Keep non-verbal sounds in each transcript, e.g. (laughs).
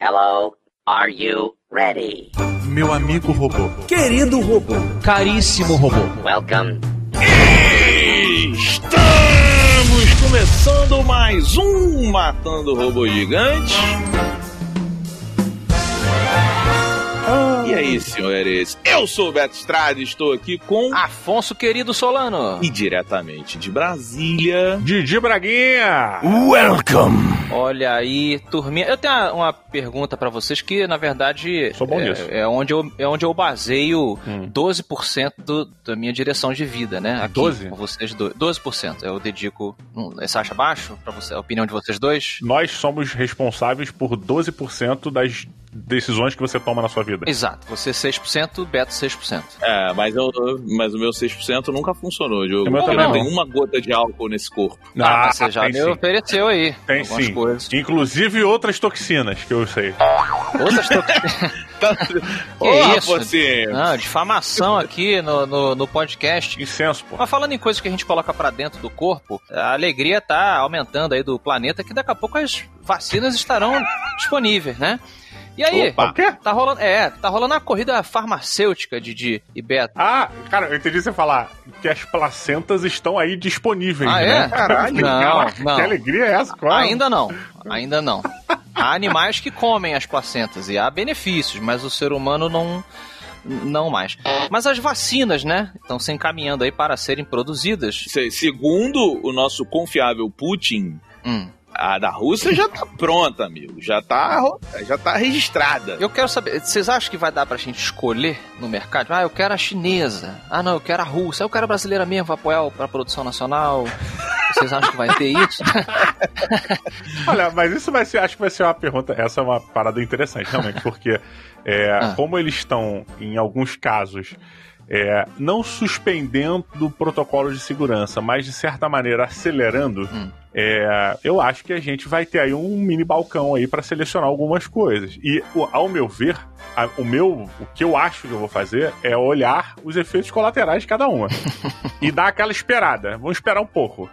Hello, are you ready? Meu amigo robô. Querido robô. Caríssimo Um robô. Welcome. Estamos começando mais um Matando Robô Gigante. E aí, senhores? Eu sou o Beto Estrada e estou aqui com Afonso querido Solano. e diretamente de Brasília. Didi Braguinha! Olha aí, turminha. Eu tenho uma- uma pergunta pra vocês que, na verdade, Sou bom é, nisso. é onde eu, é onde eu baseio Hum. 12% do- da minha direção de vida, né? Aqui, 12? com vocês dois. 12%. Eu dedico. Hum, Essa acha baixo? Pra você, a opinião de vocês dois? Nós somos responsáveis por 12% das decisões que você toma na sua vida. Exato. Você 6%, Beto 6%. É, mas, eu, mas o meu 6% nunca funcionou, Diogo. O meu porque também não não. tem uma gota de álcool nesse corpo. Ah, mas você já tem me sim. ofereceu aí Tem algumas sim. coisas. Inclusive outras toxinas que eu sei. Outras (laughs) toxinas. Tá... Que Ô, isso? você. Não, difamação aqui no, no, no podcast. Incenso, pô. Mas falando em coisas que a gente coloca pra dentro do corpo, a alegria tá aumentando aí do planeta que daqui a pouco as vacinas estarão disponíveis, né? E aí, O quê? tá rolando, é, tá rolando a corrida farmacêutica de, de e Beto. Ah, cara, eu entendi você falar que as placentas estão aí disponíveis, Ah, né? (laughs) é? Caralho, Não, cara, não. que alegria é essa? Claro. Ainda não, ainda não. Há animais que comem as placentas e há benefícios, mas o ser humano não não mais. Mas as vacinas, né, estão se encaminhando aí para serem produzidas. Se- Segundo o nosso confiável Putin, Hum. A da Rússia já tá pronta, amigo. Já tá, ro- já tá registrada. Eu quero saber, vocês acham que vai dar pra gente escolher no mercado? Ah, eu quero a chinesa. Ah, não, eu quero a russa. Eu quero a brasileira mesmo pra apoiar o- pra produção nacional. Vocês acham que vai ter isso? Olha, mas isso vai ser, acho que vai ser uma pergunta. Essa é uma parada interessante, (laughs) realmente, porque é, Ah. como eles estão, em alguns casos, é, não suspendendo o protocolo de segurança, mas de certa maneira acelerando, Hum. é, eu acho que a gente vai ter aí um mini balcão aí para selecionar algumas coisas. E o- ao meu ver, a- o meu, o que eu acho que eu vou fazer é olhar os efeitos colaterais de cada (laughs) uma e dar aquela esperada. Vamos esperar um pouco,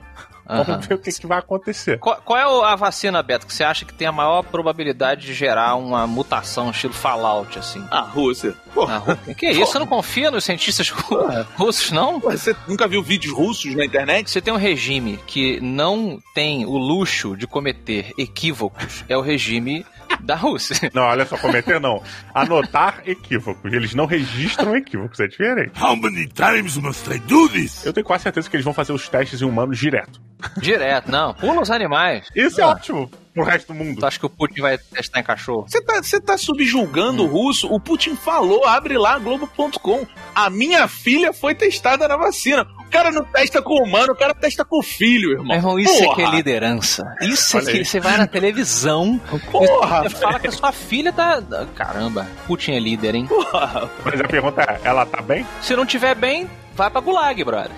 Aham. vamos ver o que, que vai acontecer. Qual, qual é o- a vacina, Beto, que você acha que tem a maior probabilidade de gerar uma mutação estilo Fallout, assim? A Rússia. Pô, Na rua? Que isso? Você não confia nos cientistas ru- russos, não? você nunca viu vídeos russos na internet? Você tem um regime que não tem o luxo de cometer equívocos, é o regime da Rússia. (laughs) Não, olha só, cometer não. Anotar equívocos. Eles não registram equívocos, é diferente. How many times must I do this? Eu tenho quase certeza que eles vão fazer os testes em humanos direto. Direto, não. Pula os animais. Isso é ótimo pro resto do Tu mundo. acha que o Putin vai testar em cachorro? Você tá, você tá subjugando o russo? O Putin falou, abre lá, Globo.com. A minha filha foi testada na vacina. O cara não testa com o humano, o cara testa com o filho, irmão. Meu irmão, isso é que é Porra! liderança. Isso é Olha que aí. você vai na (laughs) televisão Porra! e fala que a sua filha tá. Caramba, Putin é líder, hein? Porra! Mas a pergunta é, ela tá bem? Se não tiver bem, vai pra gulag, (laughs) brother.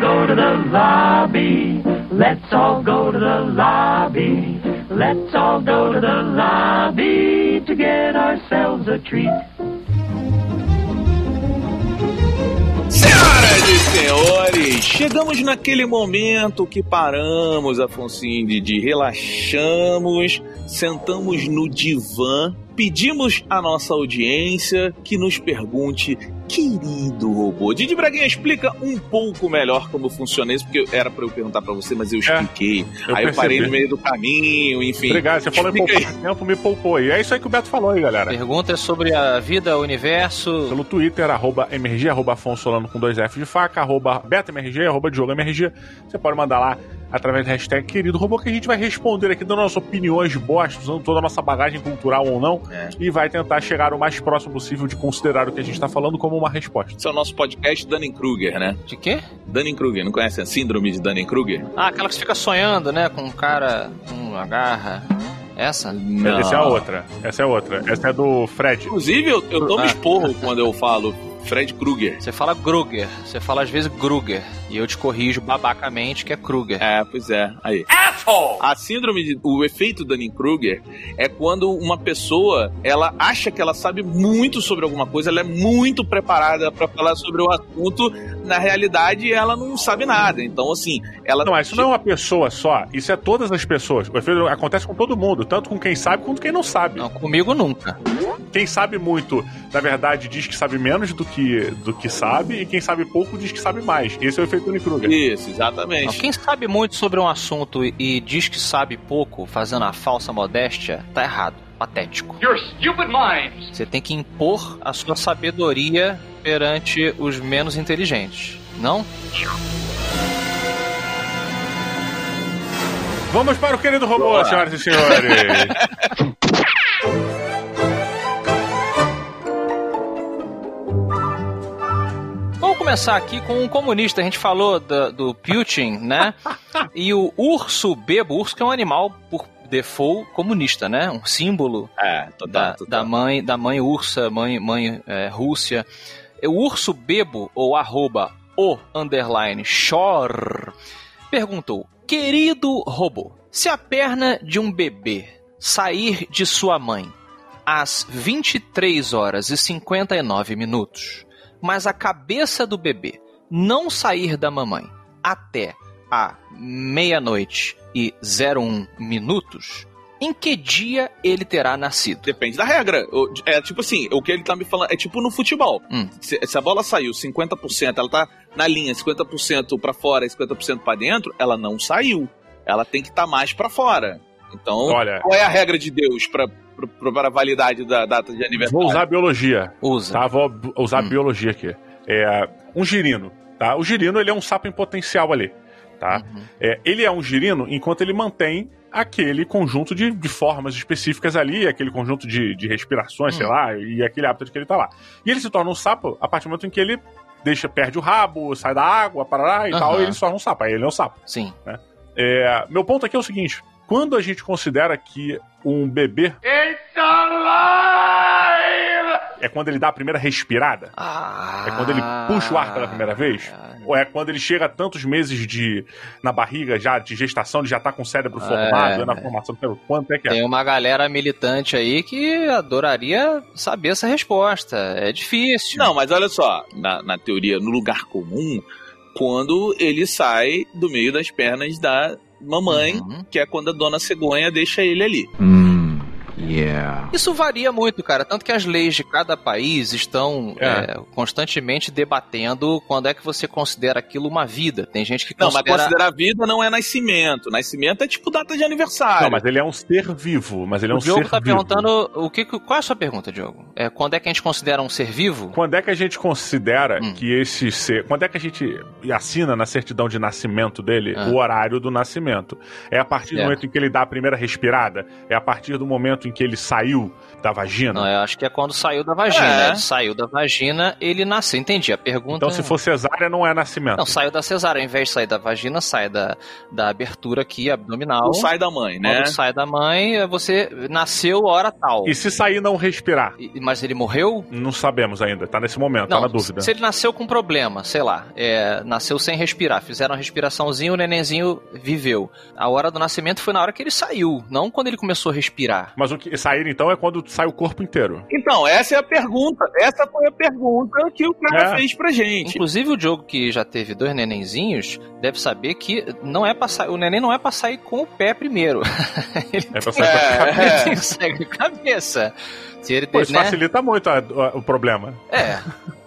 go to the lobby. Let's all go to the lobby. Let's all go to the lobby to get ourselves a treat. Senhoras e senhores, chegamos naquele momento que paramos, Afonsinho Didi, relaxamos, sentamos no divã, pedimos à nossa audiência que nos pergunte, querido robô, Didi Braguinha, explica um pouco melhor como funciona isso, porque era pra eu perguntar pra você, mas eu expliquei, É, eu aí eu parei percebi. no meio do caminho, enfim. Obrigado, você falou um em Explica poupar tempo, me poupou aí. É isso aí que o Beto falou aí, galera. Perguntas é sobre a vida, o universo. Pelo Twitter, arroba MRG, arroba Afonso Solano com dois F de faca, arroba BetaMRG, arroba Diogo MRG. Você pode mandar lá através da hashtag querido robô que a gente vai responder aqui dando nossas opiniões bostas, usando toda a nossa bagagem cultural ou não, É. e vai tentar chegar o mais próximo possível de considerar o que a gente tá falando como uma resposta. Esse é o nosso podcast Dunning-Kruger, né? De quê? Dunning-Kruger, não conhece a síndrome de Dunning-Kruger? Ah, aquela que você fica sonhando, né? Com um cara com uma garra. Essa? Não. Essa é a outra. Essa é a outra. Essa é do Fred. Inclusive, eu, eu tomo Ah. esporro quando eu falo Fred Krueger. Você fala Kruger. Você fala às vezes Kruger. E eu te corrijo babacamente que é Kruger. É, pois é. Aí. A síndrome de, o efeito Dunning-Kruger é quando uma pessoa, ela acha que ela sabe muito sobre alguma coisa, ela é muito preparada pra falar sobre o assunto, na realidade, ela não sabe nada. Então, assim, ela. Não, mas isso não é uma pessoa só, isso é todas as pessoas. O efeito acontece com todo mundo, tanto com quem sabe quanto quem não sabe. Não, comigo nunca. Quem sabe muito, na verdade, diz que sabe menos do que, do que sabe, e quem sabe pouco diz que sabe mais. Esse é o efeito Kruger. Isso, exatamente. Não, quem sabe muito sobre um assunto e- e diz que sabe pouco, fazendo a falsa modéstia, tá errado. Patético. Your stupid minds. Você tem que impor a sua sabedoria perante os menos inteligentes. Não? Vamos para o querido robô, senhoras e senhores. Vamos começar aqui com um comunista. A gente falou da- do Putin, (laughs) né? E o urso bebo, urso que é um animal por default comunista, né? Um símbolo É, da, total, total. da mãe da mãe ursa, mãe mãe é, Rússia. O urso bebo ou arroba o underline shor perguntou: "Querido robô, se a perna de um bebê sair de sua mãe às 23 horas e 59 minutos, mas a cabeça do bebê não sair da mamãe até a meia-noite e 01 minutos, em que dia ele terá nascido? Depende da regra. O- É tipo assim, o que ele tá me falando é tipo no futebol. Hum. Se, se a bola saiu 50%, ela tá na linha 50% pra fora e 50% pra dentro, ela não saiu. Ela tem que estar mais pra fora. Então, Olha, qual é a regra de Deus pra, pra, pra validade da data de vou aniversário? usar a biologia. Usa. Tá, vou ab- usar a Hum. biologia aqui. É, um girino, tá? O girino, ele é um sapo em potencial ali, tá? Uhum. É, ele é um girino enquanto ele mantém aquele conjunto de, de formas específicas ali, aquele conjunto de, de respirações, Hum. sei lá, e aquele hábito de que ele tá lá. E ele se torna um sapo a partir do momento em que ele deixa, perde o rabo, sai da água, parará e Aham. tal, e ele se torna um sapo. Aí ele é um sapo. Sim. É, meu ponto aqui é o seguinte, quando a gente considera que um bebê It's alive! é quando ele dá a primeira respirada, Ah, É quando ele puxa o ar pela primeira vez? Ou é quando ele chega a tantos meses de na barriga já de gestação, ele já tá com o cérebro É. formado, é na formação, pelo quanto é que é? Tem uma galera militante aí que adoraria saber essa resposta. É difícil. Não, mas olha só, na, na teoria, no lugar comum, quando ele sai do meio das pernas da mamãe, Uhum. que é quando a dona cegonha deixa ele ali. Isso varia muito, cara. Tanto que as leis de cada país estão É. é, constantemente debatendo quando é que você considera aquilo uma vida. Tem gente que Não, mas considera. Então, considerar vida não é nascimento. Nascimento é tipo data de aniversário. Não, mas ele é um ser vivo, mas ele é um o Diogo ser tá vivo. perguntando o que, que- qual é a sua pergunta, Diogo? É quando é que a gente considera um ser vivo? Quando é que a gente considera Hum. que esse ser. Quando é que a gente assina na certidão de nascimento dele Ah. o horário do nascimento? É a partir do É. momento em que ele dá a primeira respirada? É a partir do momento em que ele saiu da vagina? Não, eu acho que é quando saiu da vagina. É. Ele saiu da vagina, ele nasceu. Entendi. A pergunta. Então, se for cesárea, não é nascimento. Não, saiu da cesárea. Ao invés de sair da vagina, sai da, da abertura aqui, abdominal. Não sai da mãe, Quando né? sai da mãe, você nasceu hora tal. E se sair não respirar? E- Mas ele morreu? Não sabemos ainda, tá nesse momento, tá na dúvida. se ele nasceu com problema, sei lá, é, nasceu sem respirar, fizeram a respiraçãozinha, o nenenzinho viveu. A hora do nascimento foi na hora que ele saiu, não quando ele começou a respirar. Mas o que sair então é quando sai o corpo inteiro. Então, essa é a pergunta. Essa foi a pergunta que o cara É. fez (laughs) pra gente. Inclusive o Diogo, que já teve dois nenenzinhos, deve saber que não é pra sair, o neném não é pra sair com o pé primeiro. É pra sair pra... (laughs) Ele É, é. tem que sair com a cabeça. Se ele Pô, tem, isso né? facilita muito a- a- o problema. É,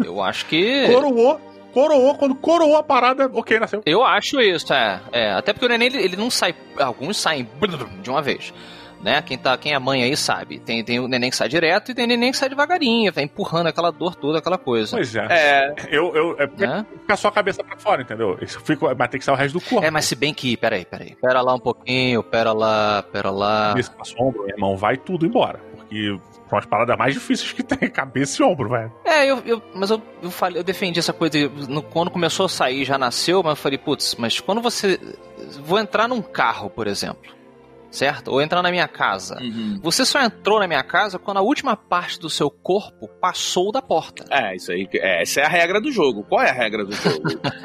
eu acho que... (laughs) Coroou, coroou, quando coroou a parada, ok, nasceu. Eu acho isso, é. é. Até porque o neném, ele, ele não sai. Alguns saem blum, de uma vez. Né? Quem, tá, quem é mãe aí sabe. Tem, tem o neném que sai direto e tem neném que sai devagarinho, vai empurrando aquela dor toda, aquela coisa. Pois é. É, Eu, eu, é porque né? fica só a cabeça pra fora, entendeu? Isso fica, mas tem que sair o resto do corpo. É, mas se bem que. Peraí, peraí. Pera lá um pouquinho, pera lá, pera lá. Cabeça pra ombro, irmão, vai tudo embora. Porque são as paradas mais difíceis que tem, (laughs) cabeça e ombro, velho. É, eu, eu- mas eu, eu falei, eu defendi essa coisa. de- no- quando começou a sair, já nasceu, mas eu falei, putz, mas quando você. Vou entrar num carro, por exemplo. Certo? Ou entrar na minha casa. Uhum. Você só entrou na minha casa quando a última parte do seu corpo passou da porta. É, isso aí. É, essa é a regra do jogo. Qual é a regra do jogo?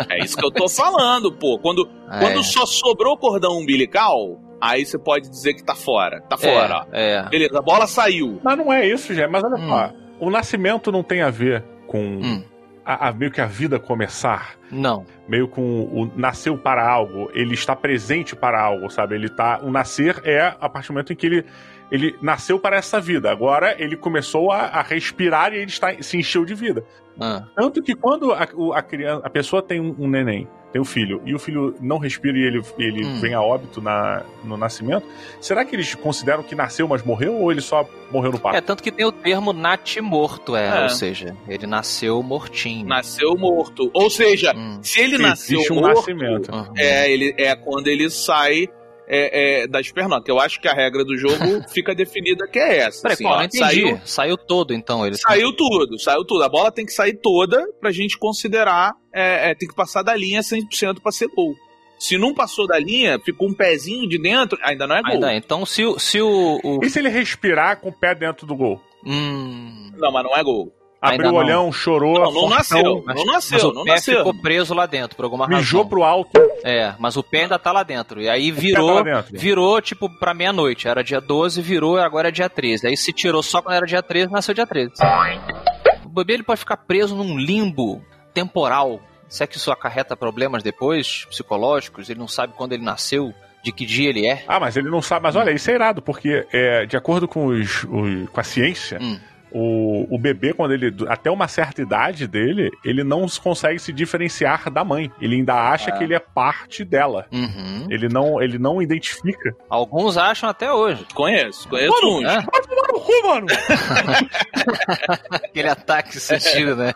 é isso que eu tô falando, pô. Quando, É. quando só sobrou cordão umbilical, aí você pode dizer que tá fora. Tá é, fora. É. Beleza, a bola saiu. Mas não é isso, já. Mas olha Hum. só, o nascimento não tem a ver com Hum. a a- a- meio que a vida começar. Não. Meio com o nasceu para algo, ele está presente para algo, sabe? Ele tá. O nascer é a partir do momento em que ele, ele nasceu para essa vida. Agora ele começou a, a respirar e ele está, se encheu de vida. Ah, Tanto que quando a, o- a criança, a pessoa tem um, um neném, tem um filho, e o filho não respira e ele, ele Hum. vem a óbito na, no nascimento, será que eles consideram que nasceu, mas morreu, ou ele só morreu no parto? É, tanto que tem o termo natimorto, é, É. ou seja, ele nasceu mortinho. Nasceu morto. Ou seja, Hum, se ele Sim, nasceu existe um morto, nascimento. uhum. É, ele, é quando ele sai é, é, das pernocas. Eu acho que a regra do (laughs) jogo fica definida que é essa. Peraí, assim, pô, ó, não entendi. saiu, Saiu... todo, então. Ele saiu tudo, saiu tudo. A bola tem que sair toda pra gente considerar, é, é, tem que passar da linha 100% pra ser gol. Se não passou da linha, ficou um pezinho de dentro, ainda não é gol. Ainda é. Então, se, o- se o. o- E se ele respirar com o pé dentro do gol? Hum, Não, mas não é gol. Ainda Abriu o não. olhão, chorou, Não, não nasceu, mas- não mas nasceu, o não pé nasceu. ficou preso lá dentro, por alguma mijou razão. pro alto, É, mas o pé ainda tá lá dentro. E aí o virou. pé tá lá dentro. Virou, tipo, pra meia-noite. Era dia 12, virou, agora é dia 13. Aí se tirou só quando era dia 13, nasceu dia 13. O bebê ele pode ficar preso num limbo temporal. Se é que isso acarreta problemas depois, psicológicos, ele não sabe quando ele nasceu, de que dia ele é. Ah, mas ele não sabe. Mas olha, isso é irado, porque é, de acordo com, os, os- com a ciência, Hum. o, o bebê, quando ele. Até uma certa idade dele, ele não se- consegue se diferenciar da mãe. Ele ainda acha que ele é parte dela. Uhum. Ele não, ele não identifica. Alguns acham até hoje. Conheço, conheço uns. né? Vai tomar no cu, mano! Aquele ataque sentido, né?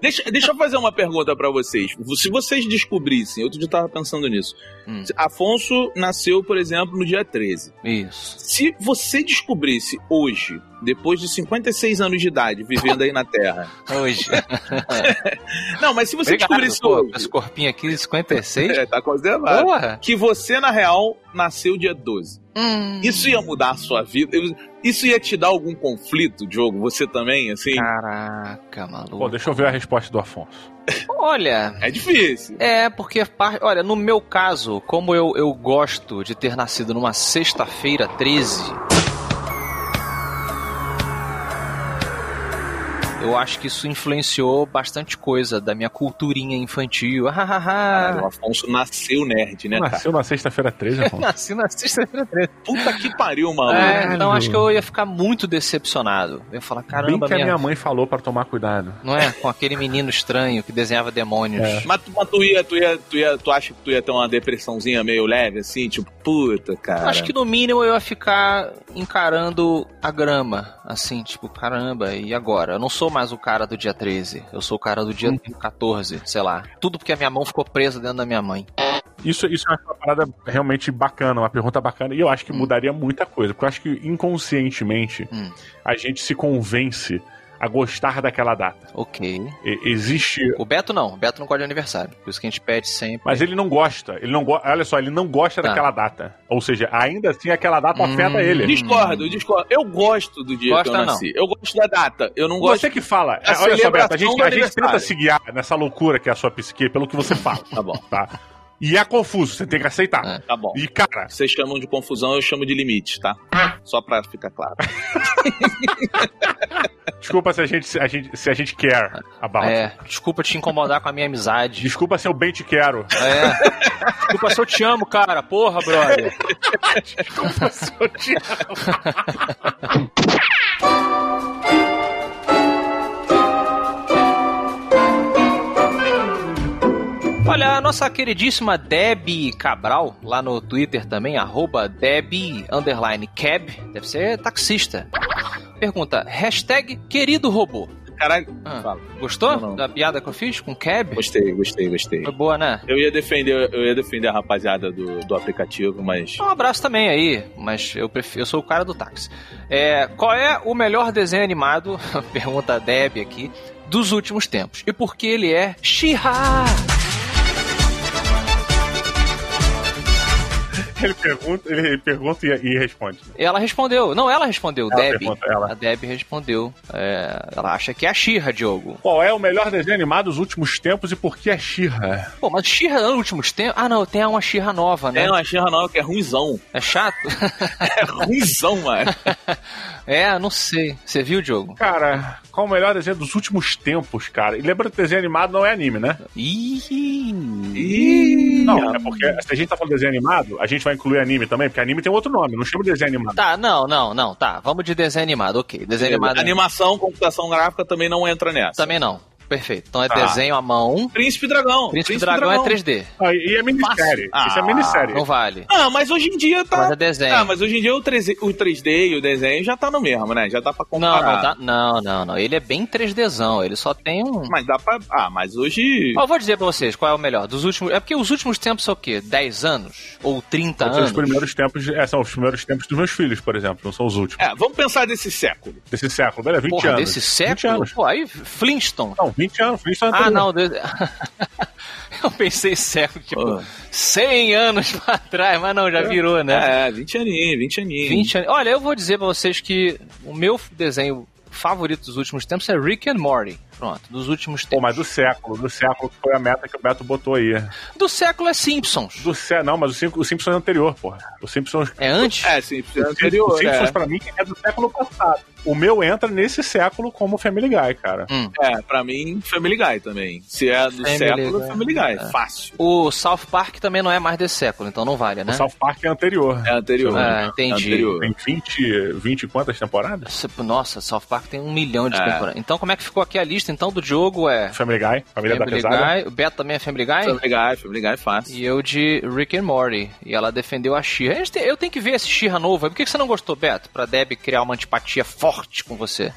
Deixa, deixa eu fazer uma pergunta pra vocês. Se vocês descobrissem, outro dia eu tava pensando nisso. Hum. Afonso nasceu, por exemplo, no dia 13. Isso. Se você descobrisse hoje, depois de 56 anos de idade, vivendo aí (laughs) na Terra. Hoje. Não, mas se você descobrisse pô, hoje. Esse corpinho aqui, 56. É, tá conservado. Porra! Que você, na real, nasceu dia 12. Hum. Isso ia mudar a sua vida? Eu- Isso ia te dar algum conflito, Diogo? Você também, assim? Caraca, maluco. Bom, deixa eu ver a resposta do Afonso. Olha, É difícil. É, porque, par- olha, no meu caso, como eu, eu gosto de ter nascido numa sexta-feira 13. Eu acho que isso influenciou bastante coisa da minha culturinha infantil. (laughs) Ah, ah, ah. Caralho, o Afonso nasceu nerd, né, cara? Nasceu na sexta-feira 13, Afonso. Nasci na sexta-feira 13. Puta (laughs) que pariu, maluco. É, então acho que eu ia ficar muito decepcionado. Eu ia falar, Bem (laughs) caramba, que a minha... minha mãe falou pra tomar cuidado. não é? Com aquele menino estranho que desenhava demônios. Mas, tu- mas tu, ia, tu, ia, tu, ia, tu acha que tu ia ter uma depressãozinha meio leve, assim? Tipo, puta, cara. Acho que no mínimo eu ia ficar encarando a grama, assim, tipo, caramba, e agora? Eu não sou mais o cara do dia 13, eu sou o cara do dia 14, sei lá. Tudo porque a minha mão ficou presa dentro da minha mãe. Isso, isso é uma parada realmente bacana, uma pergunta bacana, e eu acho que Hum. mudaria muita coisa, porque eu acho que inconscientemente Hum. a gente se convence a gostar daquela data. Ok. E- existe. O Beto não, o Beto não gosta de aniversário, por isso que a gente pede sempre. Mas ele não gosta, ele não go- olha só, ele não gosta Tá. daquela data. Ou seja, ainda assim aquela data Hum. afeta ele. Discordo, discordo. Eu gosto do dia Gosta que eu não. nasci. Eu gosto da data. Eu não gosto. Você que fala. A olha só, Beto, a celebração gente, do a gente tenta aniversário. se guiar nessa loucura que é a sua psique pelo que você fala, Tá bom, tá? E é confuso, você tem que aceitar. É. tá bom. E, cara, Vocês chamam de confusão, eu chamo de limite, tá? Só pra ficar claro. desculpa se a gente, se a gente, se a gente quer a barra. É, desculpa te incomodar com a minha amizade. Desculpa se eu bem te quero. É. Desculpa se eu te amo, cara. Porra, brother. Desculpa se eu te Olha, a nossa queridíssima Deb Cabral, lá no Twitter também, arroba Deb underline cab, deve ser taxista. Pergunta, hashtag querido robô. Caralho, Ah, Fala. Gostou Não, não. da piada que eu fiz com cab? gostei, gostei, gostei. Foi boa, né? Eu ia defender, eu ia defender a rapaziada do, do aplicativo, mas. Um abraço também aí, mas eu, prefiro, eu sou o cara do táxi. É, qual é o melhor desenho animado, (laughs) pergunta a Deb aqui, dos últimos tempos? E por que ele é She-Ra? Ele pergunta, ele pergunta e, e responde. E ela respondeu. Não, ela respondeu, Ela Deb. pergunta, ela. A Deb respondeu. É, ela acha que é a Xirra, Diogo. Qual é o melhor desenho animado dos últimos tempos e por que é Xirra? Pô, mas Xirra nos últimos tempos. Ah, não, tem uma Xirra nova, né? É uma xirra nova que é ruimzão. É chato? É ruimzão, mano. é, não sei. Você viu, Diogo? Cara, qual o melhor desenho dos últimos tempos, cara? E lembra que desenho animado não é anime, né? Ih. Ih, Não, é porque se a gente tá falando de desenho animado, a gente vai incluir anime também, porque anime tem outro nome, não chama de desenho animado. Tá, não, não, não, tá. Vamos de desenho animado, ok. Desenho animado. Animação, computação gráfica também não entra nessa. Também não. Perfeito. Então é Tá. desenho à mão. Príncipe Dragão. Príncipe, Dragão, é 3D. Ah, e é minissérie. Fácil. Isso é minissérie. Não vale. Ah, mas hoje em dia tá. Mas é desenho. Ah, mas hoje em dia o 3D, o 3D e o desenho já tá no mesmo, né? Já dá pra Não, não, comparar. dá, não, não, não. Ele é bem 3Dzão. Ele só tem um. Mas dá pra. Ah, mas hoje. Ó, eu vou dizer pra vocês qual é o melhor. Dos últimos. É porque os últimos tempos são o quê? 10 anos? Ou 30 São os anos? primeiros tempos, é, são os primeiros tempos dos meus filhos, por exemplo, não são os últimos. É, vamos pensar desse século. Desse século, beleza? 20 Porra, anos. desse 20 século? anos. Ah, tá Pô, aí Flintstone. Não, 20 anos, 20 anos. Ah, anterior. não. de- (laughs) eu pensei século, tipo, Pô. 100 anos (laughs) pra trás, mas não, já virou, né? É, 20 aninhos, 20 aninhos. 20 anos. Olha, eu vou dizer pra vocês que o meu desenho favorito dos últimos tempos é Rick and Morty. Pronto, dos últimos Pô, tempos. mas do século, do século que foi a meta que o Beto botou aí. Do século é Simpsons. Do sé... Não, mas o, Sim- o Simpsons é anterior, porra. O Simpsons. É antes? É, sim, o anterior. Simpsons, É. pra mim, é do século passado. O meu entra nesse século como Family Guy, cara. é, pra mim, Family Guy também. Se é do Family século, Guy. é Family Guy. É. Fácil. O South Park também não é mais desse século, então não vale, O né? South Park é anterior. É anterior. Ah, É entendi. anterior. Tem 20, 20 e quantas temporadas? Nossa, Nossa, South Park tem um milhão de É. temporadas. Então como é que ficou aqui a lista? Então do Diogo é Family Guy, Família Family da Pesada. Guy, o Beto também é Family Guy. Family Guy, Family Guy, fácil. E eu de Rick and Morty. E ela defendeu a Xirra. Eu tenho que ver esse Xirra novo. aí. Por que que você não gostou, Beto? Pra Deb criar uma antipatia forte com (laughs) você.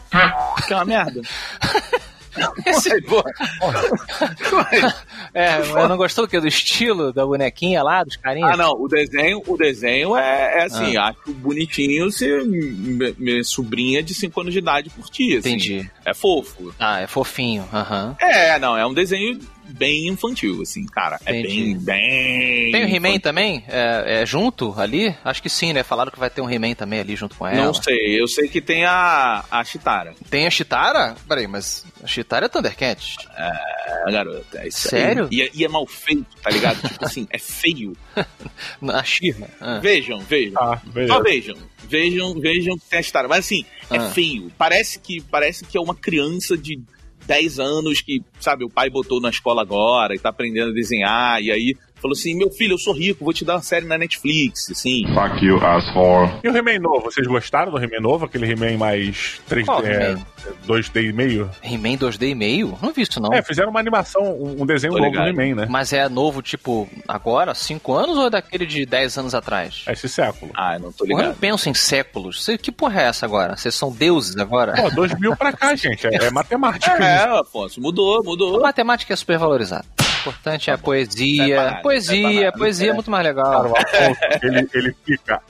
Que é (laughs) uma merda. Esse- Pô, (laughs) É, mas não gostou do que? Do estilo da bonequinha lá, dos carinhas? Ah, não, o desenho, o desenho é, é assim, Ah. acho bonitinho se m- minha sobrinha de 5 anos de idade curtir, assim. Entendi. É fofo. Ah, é fofinho. Aham. É, não, é um desenho bem infantil, assim, cara. Entendi. É bem, bem... Tem o He-Man também? É, é junto ali? Acho que sim, né? Falaram que vai ter um He-Man também ali junto com ela. Não sei, eu sei que tem a, a Chitara, Tem a Chitara? Peraí, mas a Chitara é Thundercat. a garota. É isso aí. Sério? E, é- e é mal feito, tá ligado? tipo assim, é (laughs) feio. A Shira. Ah. Vejam, vejam. Ah, beleza. Só vejam. Vejam, vejam que tem a Chitara. Mas assim, Ah. é feio. Parece que, parece que é uma criança de 10 anos que, sabe, o pai botou na escola agora e tá aprendendo a desenhar. E aí falou assim: meu filho, eu sou rico, vou te dar uma série na Netflix, assim. Fuck you, asshole. E o He-Man novo, vocês gostaram do He-Man novo? Aquele He-Man mais 3D, Qual é, He-Man? 2D e meio? He-Man 2D e meio? Não vi isso, não. É, fizeram uma animação, um um desenho Tô novo ligado. do He-Man, né? Mas é novo, tipo, agora, 5 anos ou é daquele de 10 anos atrás? É Esse século. Ah, eu não tô Porra, eu ligado. não penso em séculos. Cê- Que porra é essa agora? Vocês são deuses agora? Pô, 2000 pra cá, (laughs) gente. É, é matemática. É, isso. Afonso, mudou, A mudou. matemática é super valorizada. O importante é a Sai pra poesia. nada, sai pra Poesia, nada. poesia é muito mais legal. Cara, o Afonso, ele, ele fica,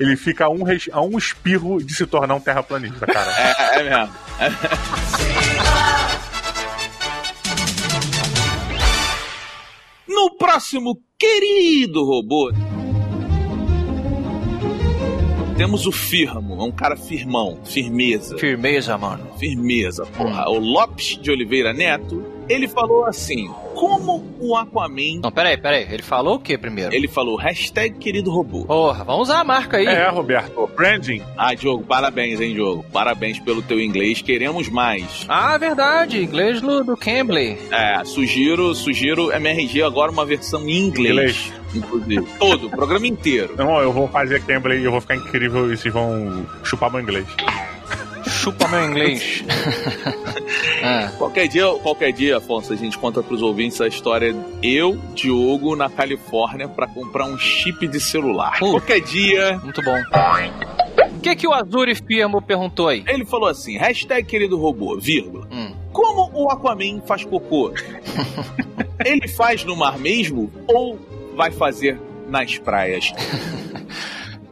ele fica a, um, res- a um espirro de se tornar um terraplanista, cara. É, é mesmo. No próximo querido robô, temos o Firmo, é um cara firmão, firmeza. Firmeza, mano. Firmeza, porra. O Lopes de Oliveira Neto, ele falou assim: como o Aquaman. Não, peraí, peraí. Ele falou o que primeiro? Ele falou, hashtag querido robô. Porra, vamos usar a marca aí. É, Roberto. Branding. Ah, Diogo, parabéns, hein, Diogo? Parabéns pelo teu inglês, queremos mais. Ah, verdade. Inglês do, do Cambly. É, sugiro, sugiro MRG agora uma versão em inglês. Inglês. Inclusive. Todo, o programa inteiro. Não, eu vou fazer Cambly e eu vou ficar incrível e vocês vão chupar meu inglês. Chupa meu inglês. Ah, Qualquer dia, qualquer dia, Afonso, a gente conta pros ouvintes a história eu, Diogo, na Califórnia pra comprar um chip de celular. Pô. Qualquer dia. muito bom. O que, que o Azuri Firmo perguntou aí? Ele falou assim, hashtag querido robô, vírgula. Hum. Como o Aquaman faz cocô? Ele faz no mar mesmo ou vai fazer nas praias?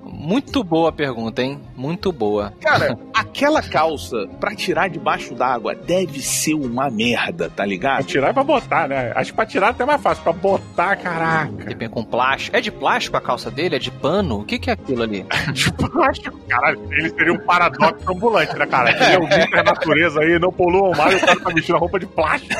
Muito boa a pergunta, hein? Muito boa. Cara, a aquela calça pra tirar debaixo d'água deve ser uma merda, tá Pra ligado? tirar é pra botar, né? Acho que pra tirar é até mais fácil. Pra botar, (laughs) caraca. Depende com plástico. É de plástico a calça dele? É de pano? O que, que é aquilo ali? Tipo, eu acho que, caralho, ele seria um paradoxo ambulante, né, cara? Ele é um bicho da natureza aí, não poluam o mar e o cara tá vestindo a roupa de plástico.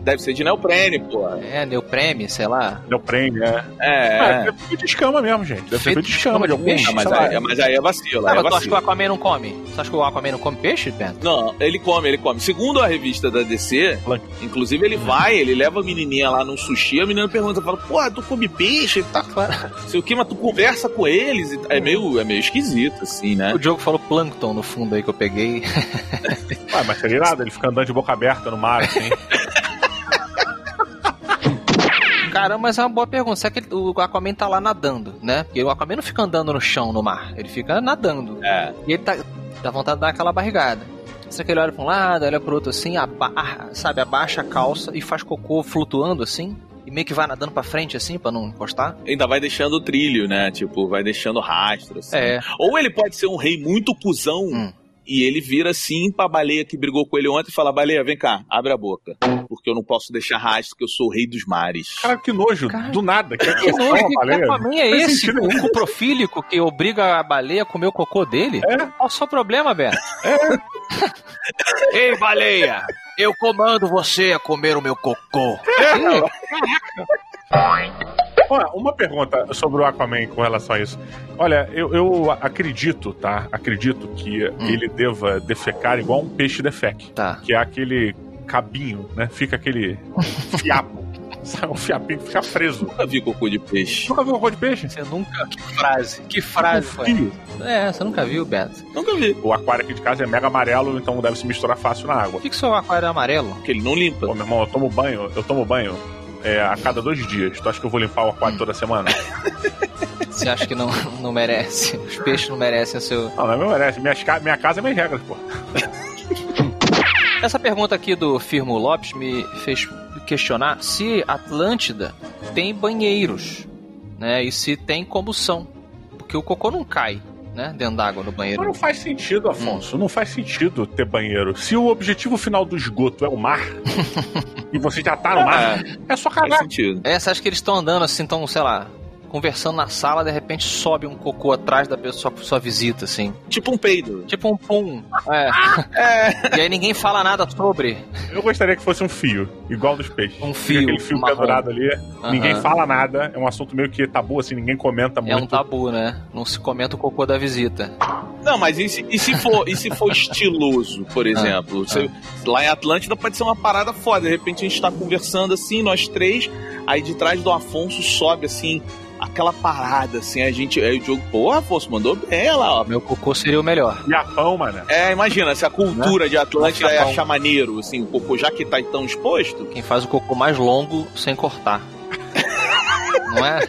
Deve ser de neoprene, pô. É, neopreme, sei lá. Deu prêmio, né? É, É. deve ser feito de escama mesmo, gente. Deve ser feito de escama de algum peixe, Ah, mas, sei lá. aí, mas aí é vacilo, aí Ah, é mas tu acha que o vacilo. Aquaman não come? Tu acha que o Aquaman não come peixe, Bento? Não, ele come, ele come. Segundo a revista da DC, inclusive ele vai, ele leva a menininha lá num sushi, a menina pergunta, fala, porra, tu come peixe? Ele tá claro. Sei o que, mas tu conversa com eles. e- É meio, é meio esquisito, assim, né? O Diogo falou plâncton no fundo aí que eu peguei. Ué, mas seria irado, ele fica andando de boca aberta no mar, assim. Caramba, mas é uma boa pergunta. Será que ele- o Aquaman tá lá nadando, né? Porque o Aquaman não fica andando no chão, no mar. Ele fica nadando. É. E ele tá, dá vontade de dar aquela barrigada. Será que ele olha pra um lado, olha pro outro assim, aba ah, sabe, abaixa a calça e faz cocô flutuando assim? E meio que vai nadando pra frente assim, pra não encostar? Ainda vai deixando o trilho, né? Tipo, vai deixando rastro, assim. É. Ou ele pode ser um rei muito cuzão Hum. e ele vira assim pra baleia que brigou com ele ontem e fala: baleia, vem cá, abre a boca. Porque eu não posso deixar rastro, que eu sou o rei dos mares. Cara, que nojo, Cara, do nada. Que, Que nojo, uma que baleia. Aquaman é Faz esse? sentido O coprofílico que obriga a baleia a comer o cocô dele? É. Qual o seu problema, Beto? (laughs) Ei, baleia! Eu comando você a comer o meu cocô. Ih, É. Olha, uma pergunta sobre o Aquaman com relação a isso. Olha, eu, eu acredito, tá? Acredito que Hum. ele deva defecar igual um peixe defeque. Tá. Que é aquele cabinho, né? Fica aquele fiapo. (laughs) Sabe, um fiapinho que fica preso. Nunca vi cocô de peixe. Nunca viu cocô de peixe? Você nunca. Que frase. Que frase foi? Fio. É, você nunca viu, Beto. Nunca vi. O aquário aqui de casa é mega amarelo, então deve se misturar fácil na água. Por que, que seu aquário é amarelo? Porque ele não limpa. Pô, meu irmão, eu tomo banho, eu tomo banho é, a cada dois dias. Tu acha que eu vou limpar o Hum. aquário toda semana? Você acha que não, não merece? Os peixes não merecem o seu. Não, não merece. Minhas ca- minha casa é minhas regras, pô. Essa pergunta aqui do Firmo Lopes me fez questionar se Atlântida tem banheiros, né? E se tem combustão. Porque o cocô não cai, né? Dentro d'água no Mas banheiro. não faz sentido, Hum. Afonso. Não faz sentido ter banheiro. Se o objetivo final do esgoto é o (laughs) mar, e você já tá no mar, É, é só faz cagar. sentido. É, você acha que eles estão andando assim, estão, sei lá, conversando na sala, de repente sobe um cocô atrás da pessoa, sua visita, assim. Tipo um peido. Tipo um pum. (laughs) É. E aí ninguém fala nada sobre Eu gostaria que fosse um fio, igual dos peixes. um Fica fio. aquele fio marrom. pendurado ali, ninguém Aham. fala nada, é um assunto meio que tabu, assim, ninguém comenta É um muito. tabu, né? Não se comenta o cocô da visita. Não, mas e se, e se for, e se for estiloso, por exemplo? Você- Lá em Atlântida pode ser uma parada foda. De repente a gente tá conversando assim, nós três, aí de trás do Afonso sobe assim, aquela parada assim, a gente. Aí o Diogo, pô, Afonso, mandou bem olha lá, ó. Meu cocô seria o melhor. Japão, mano. É, imagina, se a cultura de Atlântida é Japão. achar maneiro, assim, o cocô, já que tá tão exposto, Quem faz o cocô mais longo sem cortar. Não é?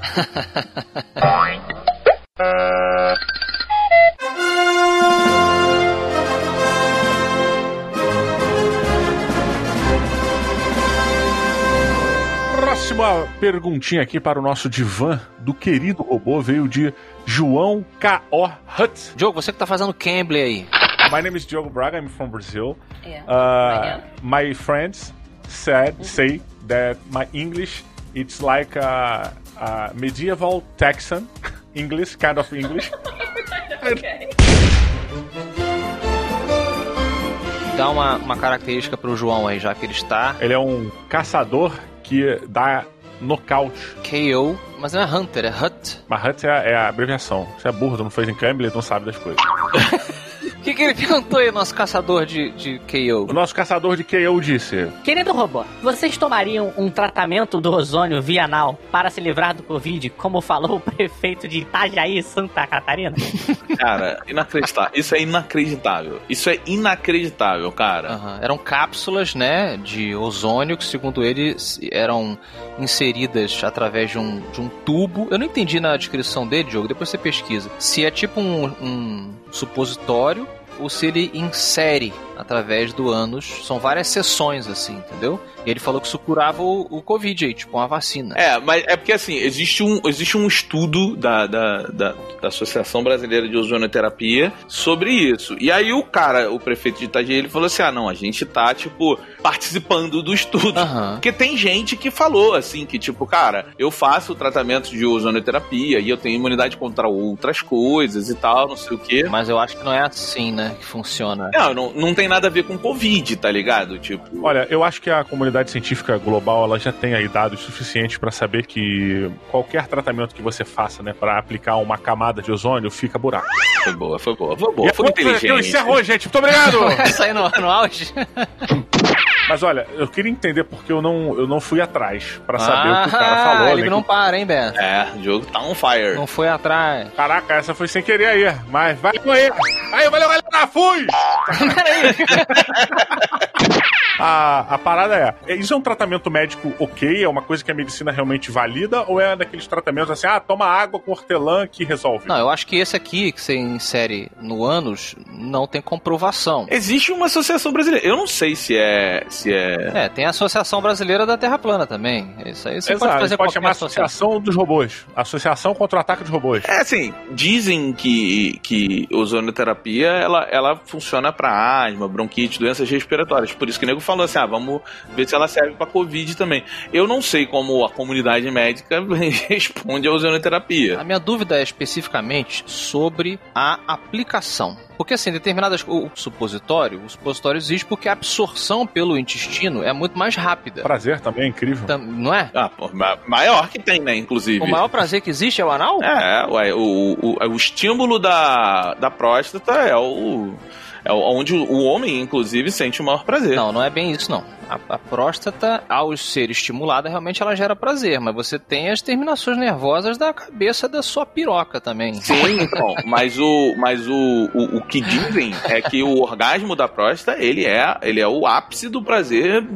Próxima perguntinha aqui para o nosso divã do querido robô veio de João K.O. Hutt. Diogo, você que tá fazendo Cambly aí. My name is Diogo Braga, I'm from Brazil. Yeah. Uh, my friends said say that my English it's like a, a medieval Texan (laughs) English, kind of English. okay. Dá uma, uma característica pro João aí, já que ele está Ele é um caçador que dá nocaute. KO, mas não é Hunter, é Hut. Mas Hutt é, a- é a abreviação. Você é burro, tu não fez em Cambridge, tu não sabe das coisas. O que, que ele (laughs) perguntou aí, nosso caçador de, de O KO? nosso caçador de KO disse: Querido robô, vocês tomariam um tratamento do ozônio via anal para se livrar do Covid, como falou o (laughs) prefeito de Itajaí, Santa Catarina? cara, inacreditável. Isso é inacreditável. Isso é inacreditável, cara. Aham, Eram cápsulas, né, de ozônio, que segundo ele se- eram inseridas através de um, de um tubo. Eu não entendi na descrição dele, Diogo, depois você pesquisa. Se é tipo um, um supositório ou se ele insere através do ânus. São várias sessões, assim, entendeu? E ele falou que isso curava o, o Covid aí, tipo, uma vacina. É, mas é porque assim, existe um, existe um estudo da, da, da, da Associação Brasileira de Ozonoterapia sobre isso. E aí o cara, o prefeito de Itajaí, ele falou assim: ah, não, a gente tá, tipo, participando do estudo. Aham. Porque tem gente que falou assim, que tipo, cara, eu faço o tratamento de ozonoterapia e eu tenho imunidade contra outras coisas e tal, não sei o quê. Mas eu acho que não é assim, né? Que funciona. É, Não, não, não tem nada a ver com Covid, tá ligado? Tipo. Olha, eu acho que a comunidade científica global ela já tem aí dados suficientes para saber que qualquer tratamento que você faça, né, para aplicar uma camada de ozônio, fica buraco. Foi boa, foi boa, foi boa, foi E é por isso que Eu inteligente. encerro hoje, gente. Muito obrigado! (laughs) (laughs) Essa aí no, no auge? Mas olha, eu queria entender porque eu não, eu não fui atrás para saber o que o cara falou. Ah, ele um né, não para, hein, Ben? É, o jogo tá on fire. Não foi atrás. que- Caraca, essa foi sem querer aí. Mas vai com ele. Aí, valeu, galera. Fui! (laughs) A, a parada é, é, isso é um tratamento médico ok? É uma coisa que a medicina realmente valida? Ou é daqueles tratamentos assim, ah, toma água com hortelã que resolve? Não, eu acho que esse aqui que você insere no ânus não tem comprovação. Existe uma associação brasileira. Eu não sei se é. se é. É, tem a Associação Brasileira da Terra Plana também. Isso aí você Exato, pode fazer pode qualquer chamar associação. Associação dos Robôs. Associação contra o ataque dos robôs. É assim, dizem que, que ozonoterapia ela, ela funciona pra asma, bronquite, doenças respiratórias. Por isso que o nego falou assim: ah, vamos ver se ela serve pra Covid também. Eu não sei como a comunidade médica (laughs) responde à ozonoterapia. A minha dúvida é especificamente sobre a aplicação. Porque assim, determinadas. O supositório, o supositório existe porque a absorção pelo intestino é muito mais rápida. Prazer também, é incrível. Tam- Não é? Ah, pô, ma- maior que tem, né, inclusive. O maior prazer que existe é o anal? É, ué, o, o, o estímulo da, da próstata é o. É o- onde o homem, inclusive, sente o maior prazer. Não, não é bem isso, não. A, a próstata, ao ser estimulada, realmente ela gera prazer, mas você tem as terminações nervosas da cabeça da sua piroca também. Sim, então, mas o, mas o, o, o que dizem é que o orgasmo da próstata, ele é, ele é o ápice do prazer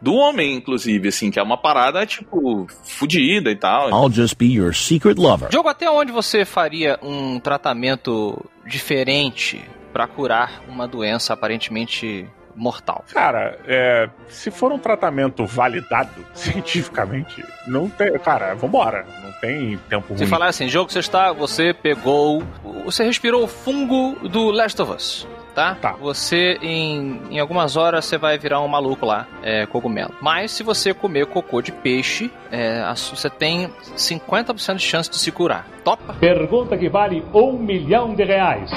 do homem, inclusive, assim, que é uma parada, tipo, fudida e tal. I'll just be your secret lover. Diogo, até onde você faria um tratamento diferente pra curar uma doença aparentemente mortal? Cara, é, se for um tratamento validado (laughs) cientificamente, não tem. Cara, vambora. Não tem tempo ruim. Se falar assim, Diogo, você está, você pegou, você respirou o fungo do Last of Us. Tá? Tá. Você, em, em algumas horas, você vai virar um maluco lá, é, cogumelo. Mas se você comer cocô de peixe, é, a su- você tem 50% de chance de se curar. Topa? Pergunta que vale um milhão de reais.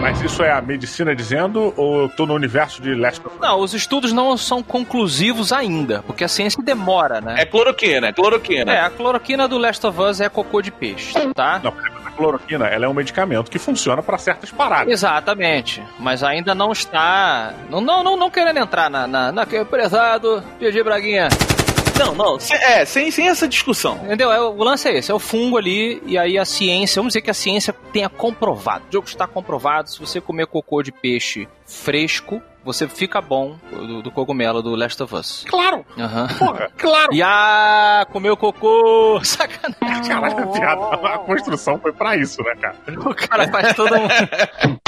Mas isso é a medicina dizendo ou eu tô no universo de Last of Us? Não, os estudos não são conclusivos ainda, porque a ciência demora, né? É cloroquina, é cloroquina. né? É, a cloroquina do Last of Us é cocô de peixe, tá? Não, peraí, mas a cloroquina ela é um medicamento que funciona pra certas (laughs) paradas. Exatamente, mas ainda não está. Não, não, não, não querendo entrar na. na, na é prezado, PG Braguinha. Não, não, se- é, sem, sem essa discussão. Entendeu? É, o lance é esse: é o fungo ali, e aí a ciência. Vamos dizer que a ciência tenha comprovado. O jogo está comprovado. Se você comer cocô de peixe fresco, você fica bom do, do cogumelo do Last of Us. Claro, Aham. porra, claro. E ah, comeu cocô! (laughs) Sacanagem, Caraca, piada. A construção foi pra isso, né, cara? o cara faz todo um.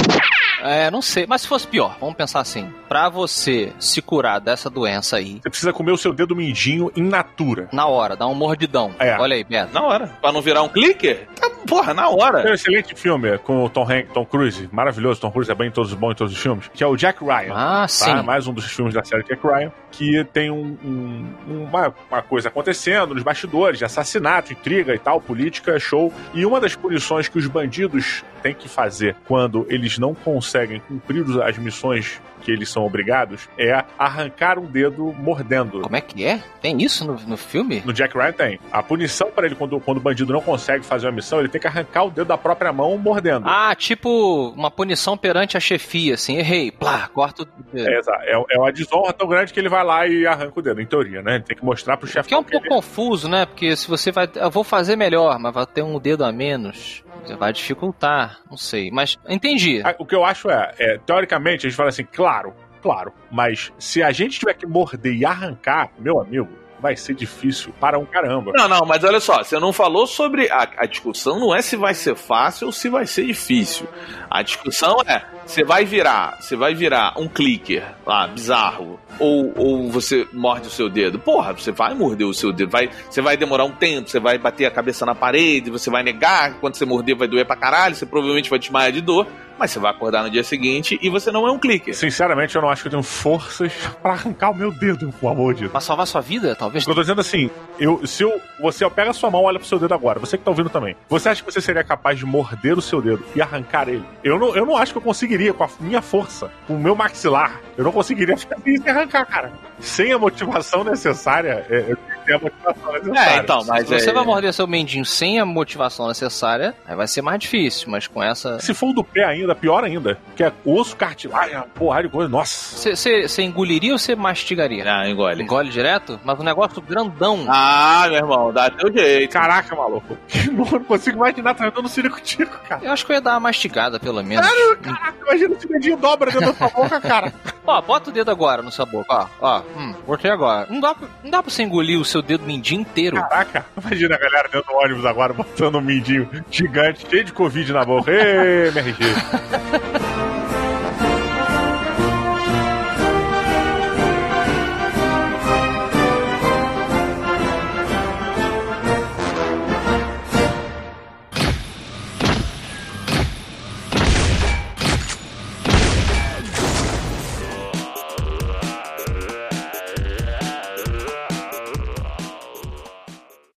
É, não sei, mas se fosse pior, vamos pensar assim: pra você se curar dessa doença aí, Você precisa comer o seu dedo mindinho in natura. Na hora, dá um mordidão. É. Olha aí, Beto. Na hora. Pra não virar um clicker? Tá, porra, na hora. Tem um excelente filme com o Tom, Hanks, Tom Cruise, maravilhoso. Tom Cruise é bem em todos, bom em todos os filmes, que é o Jack Ryan. Ah, sim. Tá? Mais um dos filmes da série Jack Ryan, que tem um- um- uma, uma coisa acontecendo nos bastidores, de assassinato, intriga e tal, política, show. E uma das punições que os bandidos têm que fazer quando eles não conseguem cumprir as missões que eles são obrigados é arrancar um dedo mordendo. Como é que é? Tem isso no, no filme? No Jack Ryan tem. A punição para ele quando, quando o bandido não consegue fazer uma missão, ele tem que arrancar o dedo da própria mão mordendo. Ah, tipo uma punição perante a chefia, assim. Errei, plá, corta o dedo. É, exa- é, é uma desonra tão grande que ele vai lá e arranca o dedo, em teoria, né? Ele tem que mostrar pro chefe Que é um pouco confuso, né? Porque se você vai. Eu vou fazer melhor, mas vai ter um dedo a menos. Já vai dificultar. Não sei. Mas entendi. O que eu acho é, é, teoricamente, a gente fala assim, claro, claro, mas se a gente tiver que morder e arrancar, meu amigo, vai vai ser difícil para um caramba. Não, não, mas olha só, você não falou sobre. A, a discussão não é se vai ser fácil ou se vai ser difícil. A discussão é: você vai virar, você vai virar um clicker lá, bizarro, ou, ou você morde o seu dedo. Porra, você vai morder o seu dedo, vai, você vai demorar um tempo, você vai bater a cabeça na parede, você vai negar, quando você morder vai doer pra caralho, você provavelmente vai desmaiar de dor, mas você vai acordar no dia seguinte e você não é um clicker. Sinceramente, eu não acho que eu tenho forças (laughs) para arrancar o meu dedo, pelo amor de Deus. Pra salvar sua vida, talvez. Eu tô dizendo assim, eu, se eu, você ó, pega a sua mão, olha pro seu dedo agora, você que tá ouvindo também. Você acha que você seria capaz de morder o seu dedo e arrancar ele? Eu não, eu não acho que eu conseguiria com a minha força, com o meu maxilar. Eu não conseguiria fazer isso e arrancar, cara. Sem a motivação necessária, é, eu tenho que ter a motivação necessária. É, então, mas Se você é- vai morder seu mendinho sem a motivação necessária, aí vai ser mais difícil, mas com essa. Se for o do pé ainda, pior ainda. Que é osso, cartilagem, uma porrada de coisa. Nossa. Você engoliria ou você mastigaria? Ah, engole. né, Engole direto? Mas um negócio grandão. Ah, meu irmão, dá teu jeito. Caraca, maluco. (laughs) Eu não consigo imaginar tratando o circo-tico, cara. Eu acho que eu ia dar uma mastigada, pelo menos. Caraca, imagina esse dedinho dobra dentro da sua boca, cara. Ó, bota o dedo agora no sua boca, ó. Ó, hum, botei agora. Não dá, pra- não dá pra você engolir o seu dedo mindinho inteiro. Caraca, imagina a galera dentro do ônibus agora botando um mindinho gigante, cheio de Covid na boca. Ê, MRG.